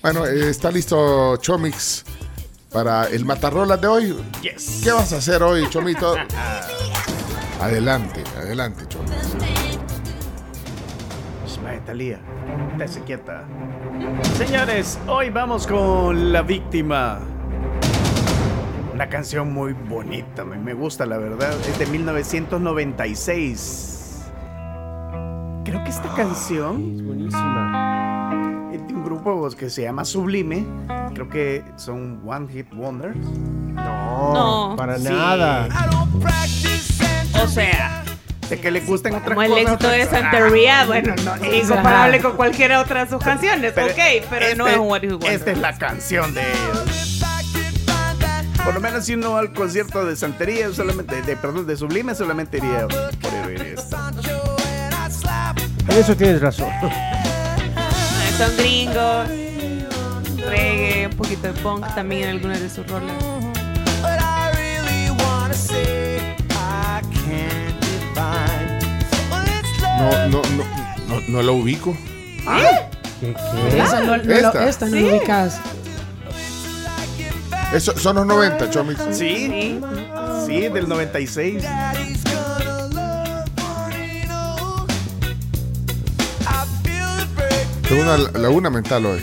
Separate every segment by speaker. Speaker 1: Bueno, eh, está listo Chomix para el matarrolas de hoy.
Speaker 2: Yes.
Speaker 1: ¿Qué vas a hacer hoy, Chomito? adelante, adelante, Chomix.
Speaker 2: Mae, Talía, Pues, estése quieta. Señores, hoy vamos con La Víctima. Una canción muy bonita, me me gusta la verdad. Es de 1996. Creo que esta canción
Speaker 3: Es buenísima.
Speaker 2: es de un grupo que se llama Sublime. Creo que son One Hit Wonders.
Speaker 3: No,
Speaker 4: No.
Speaker 3: para
Speaker 2: Sí.
Speaker 3: nada.
Speaker 4: O sea,
Speaker 2: De que le gusten otras
Speaker 4: como el
Speaker 2: cosas.
Speaker 4: éxito de
Speaker 2: otras-
Speaker 4: Santería, bueno, no
Speaker 2: Ajá.
Speaker 4: es incomparable con cualquiera otra de sus canciones,
Speaker 2: Pero
Speaker 4: ok, pero no
Speaker 2: este-
Speaker 4: es un What Is What.
Speaker 2: Esta es la canción de ellos. Por lo menos si uno va al concierto de Santería, solamente, de, perdón, de Sublime, solamente iría por oír esta.
Speaker 3: En eso tienes razón.
Speaker 4: Son gringos, reggae, un poquito de punk también en algunas de sus rolas.
Speaker 1: No, no, no, no, no la ubico. Ah,
Speaker 3: ¿Qué, qué?
Speaker 5: Esa no, no lo-
Speaker 1: Esta.
Speaker 5: esta no
Speaker 4: Sí.
Speaker 5: lo ubicas.
Speaker 1: Eso, son los 90, Chomix.
Speaker 2: Sí,
Speaker 4: ¿Sí?
Speaker 2: sí, del 96.
Speaker 1: Tengo una laguna mental hoy.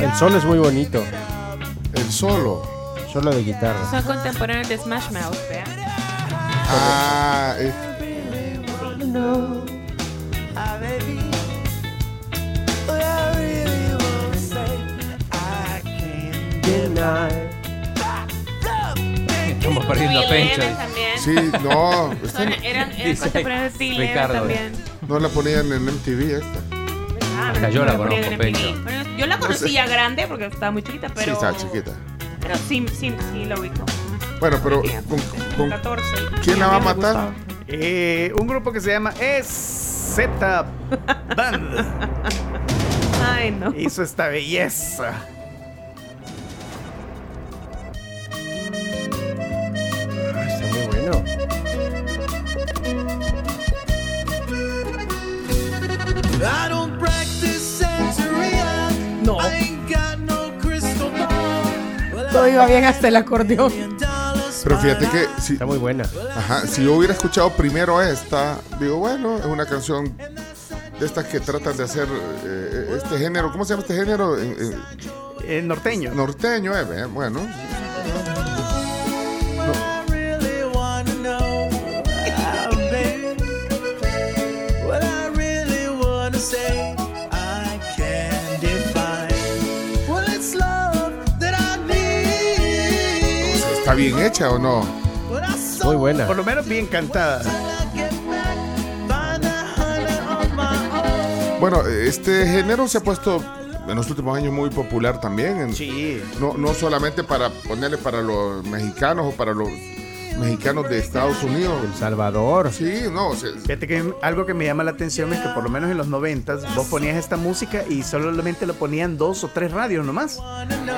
Speaker 3: El solo es muy bonito.
Speaker 1: El solo.
Speaker 3: Solo de guitarra.
Speaker 4: Son contemporáneos de Smash Mouth, ¿vea?
Speaker 1: Ah, eh,
Speaker 6: Estamos perdiendo
Speaker 4: Bill
Speaker 6: a Pencho.
Speaker 4: Evans también.
Speaker 1: sí, no. esta
Speaker 4: Son- eran eran
Speaker 6: Dice
Speaker 4: contemporáneos de Bill Evans
Speaker 6: Ricardo.
Speaker 4: también.
Speaker 1: no la ponían en MTV esta.
Speaker 4: Ah,
Speaker 6: Hasta yo la
Speaker 4: pero
Speaker 6: conozco,
Speaker 4: en MTV.
Speaker 6: Pencho.
Speaker 4: Bueno, Yo la conocí ya grande porque estaba muy chiquita, pero.
Speaker 1: Sí, estaba chiquita.
Speaker 4: Pero sí, sí, sí, lo ubico.
Speaker 1: Bueno, pero con, con-
Speaker 4: 14.
Speaker 1: ¿quién la va a
Speaker 4: mí me
Speaker 1: matar?
Speaker 4: gustaba.
Speaker 2: Eh, un grupo que se llama EZ Band
Speaker 4: Ay, no.
Speaker 2: hizo esta belleza.
Speaker 3: Ah, Está muy bueno.
Speaker 5: No. Todo iba bien hasta el acordeón.
Speaker 1: pero fíjate que si,
Speaker 3: Está muy buena.
Speaker 1: Ajá, si yo hubiera escuchado primero esta, digo, bueno, es una canción de estas que tratan de hacer eh, este género, ¿cómo se llama este género? En- en-
Speaker 2: Eh, norteño.
Speaker 1: norteño, eh, ve, bueno. ¿Está bien hecha o no?
Speaker 3: Muy buena.
Speaker 2: Por lo menos bien cantada.
Speaker 1: Bueno, este género se ha puesto en los últimos años muy popular también. en-
Speaker 2: Sí.
Speaker 1: no, no solamente para ponerle para los mexicanos o para los mexicanos de Estados Unidos.
Speaker 3: El Salvador.
Speaker 1: Sí, no, se-
Speaker 2: Fíjate que algo que me llama la atención es que por lo menos en los 90 vos ponías esta música y solamente lo ponían dos o tres radios nomás.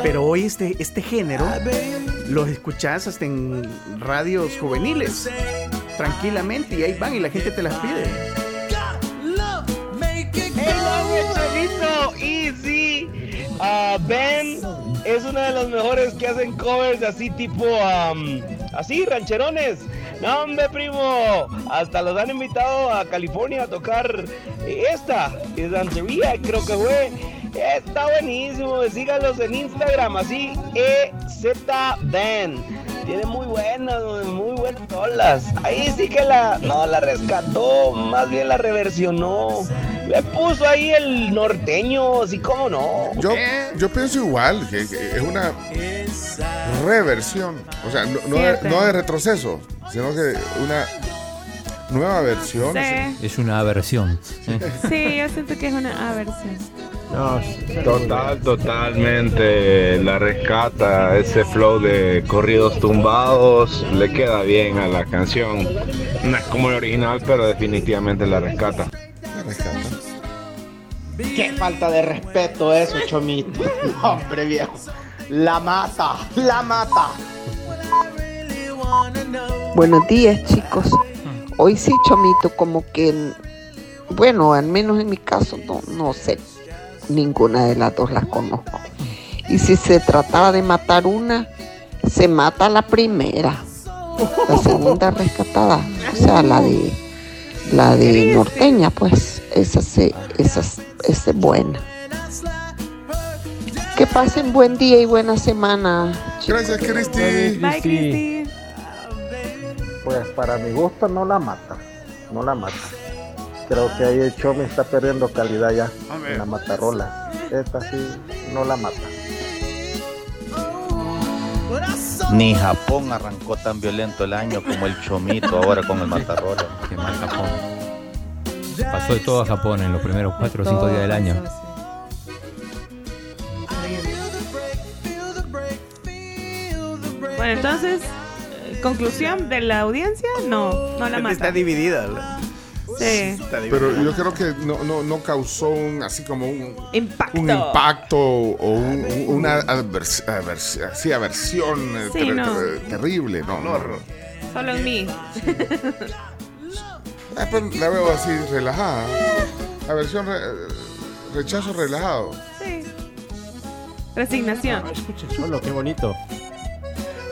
Speaker 2: Pero hoy este, este género los escuchás hasta en radios juveniles tranquilamente y ahí van y la gente te las pide.
Speaker 7: Hello, Easy. Ah, ben es uno de los mejores que hacen covers así tipo am, así rancherones. No, hombre, primo. Hasta los han invitado a California a tocar esta, que es Ranchería, creo que fue. Está buenísimo. Sígalos en Instagram, así EZ Ben. Tiene muy buenas, muy buenas olas. Ahí sí que la, no la rescató, más bien la reversionó. Le puso ahí el norteño, así como no.
Speaker 1: Yo, yo pienso igual, que, que es una reversión. O sea, no, no de,
Speaker 4: Cierto.
Speaker 1: no de retroceso, sino que una nueva versión.
Speaker 4: Sí,
Speaker 6: Es una aversión.
Speaker 4: sí, yo siento que es una aversión.
Speaker 3: No, sí, está muy
Speaker 8: Total, totalmente la rescata ese flow de corridos tumbados, le queda bien a la canción. No es como el original, pero definitivamente la rescata.
Speaker 1: La rescata.
Speaker 9: Qué falta de respeto eso, Chomito. No, hombre viejo. La mata, la mata.
Speaker 10: Buenos días, chicos. Hoy sí, Chomito, como que, bueno, al menos en mi caso, no, no sé. ninguna de las dos las conozco. Y si se trataba de matar una, se mata la primera. La segunda rescatada, o sea, la de la de norteña, pues esa se, esa, es- esa es buena. Que pasen buen día y buena semana. chicos.
Speaker 1: Gracias, Cristi.
Speaker 4: Bye, Cristi.
Speaker 6: Pues para mi gusto no la mata, no la mata. Creo que ahí el Chomi está perdiendo calidad ya en la matarola. Esta sí no la mata.
Speaker 11: Ni Japón arrancó tan violento el año como el Chomito ahora con el Matarrola.
Speaker 12: Qué mal Japón. Pasó de todo a Japón en los primeros 4 o 5 días del año.
Speaker 4: Bueno, entonces, eh, conclusión de la audiencia, no, no la
Speaker 2: Está
Speaker 4: mata.
Speaker 2: dividida. la-
Speaker 4: Sí.
Speaker 2: Está dividida.
Speaker 1: Pero yo creo que no, no, no causó un, así como un
Speaker 4: Impacto.
Speaker 1: un impacto o un- un- una advers- advers- así, aversión eh,
Speaker 4: Sí,
Speaker 1: ter-
Speaker 4: no.
Speaker 1: ter- terrible. No, no, no.
Speaker 4: Solo en mí.
Speaker 1: Ah, pero la veo así relajada. Aversión, re- rechazo relajado.
Speaker 4: Sí. Resignación.
Speaker 3: Solo, qué bonito.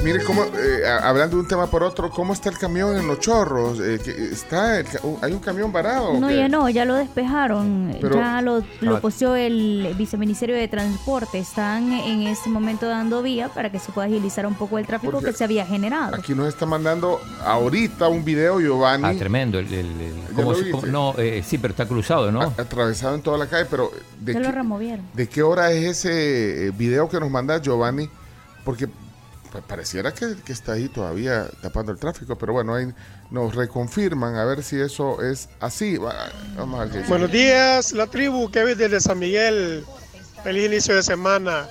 Speaker 1: Mire cómo, eh, a- hablando de un tema por otro, ¿cómo está el camión en los chorros? Eh, que está el ca- uh, ¿Hay un camión varado? o
Speaker 13: No,
Speaker 1: qué?
Speaker 13: ya no, ya lo despejaron.
Speaker 1: Pero-
Speaker 13: ya lo,
Speaker 1: Ah.
Speaker 13: lo posteó el viceministerio de Transporte. Están en este momento dando vía para que se pueda agilizar un poco el tráfico
Speaker 1: Porque
Speaker 13: que se había generado.
Speaker 1: Aquí nos está mandando ahorita un video, Giovanni.
Speaker 12: Ah, tremendo. El, el- el-
Speaker 1: ¿Ya
Speaker 12: ¿cómo
Speaker 1: lo Ah,
Speaker 12: se-
Speaker 1: viste?
Speaker 12: cómo- no, eh, sí, pero está cruzado, ¿no?
Speaker 1: Atravesado en toda la calle, pero ¿de,
Speaker 13: Ya lo
Speaker 1: qué,
Speaker 13: removieron.
Speaker 1: de qué hora es ese eh, video que nos manda Giovanni? Porque pa- pareciera que, que está ahí todavía tapando el tráfico, pero bueno, ahí nos reconfirman a ver si eso es así. Va- Vamos a ver qué dice.
Speaker 14: Buenos días, la tribu, Kevin desde San Miguel. Feliz inicio de semana.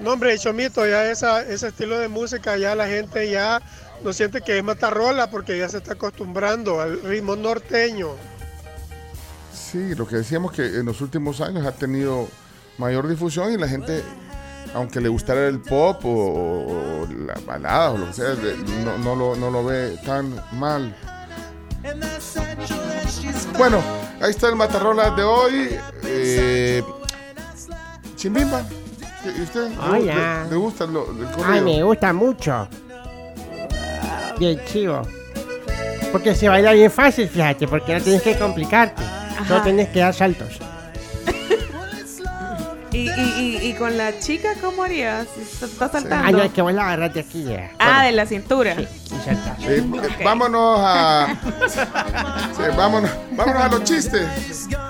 Speaker 14: No, hombre, Chomito, ya esa, ese estilo de música, ya la gente ya no siente que es matarrola porque ya se está acostumbrando al ritmo norteño.
Speaker 1: Sí, lo que decíamos que en los últimos años ha tenido mayor difusión y la gente, aunque le gustara el pop o, o- o la balada o lo que sea, de- no, no lo, no lo ve tan mal. Bueno, ahí está el Matarrola de hoy. Eh, Chimbimba, ¿y usted?
Speaker 3: Ah,
Speaker 1: ¿Le-
Speaker 3: ya.
Speaker 1: le, le gusta lo- el corrido?
Speaker 3: Ay, me gusta mucho. Bien chivo. Porque se baila bien fácil, fíjate, porque no tienes que complicarte. Solo
Speaker 4: Ajá.
Speaker 3: tienes que dar saltos.
Speaker 4: ¿Y, y, y, y con la chica cómo harías? Está- Está
Speaker 3: Ah, no,
Speaker 4: saltando.
Speaker 3: es que vos la agarras de aquí. eh. ya.
Speaker 4: Ah, de la cintura.
Speaker 1: Eh, eh, Vámonos a. sí, vámonos, vámonos a los chistes.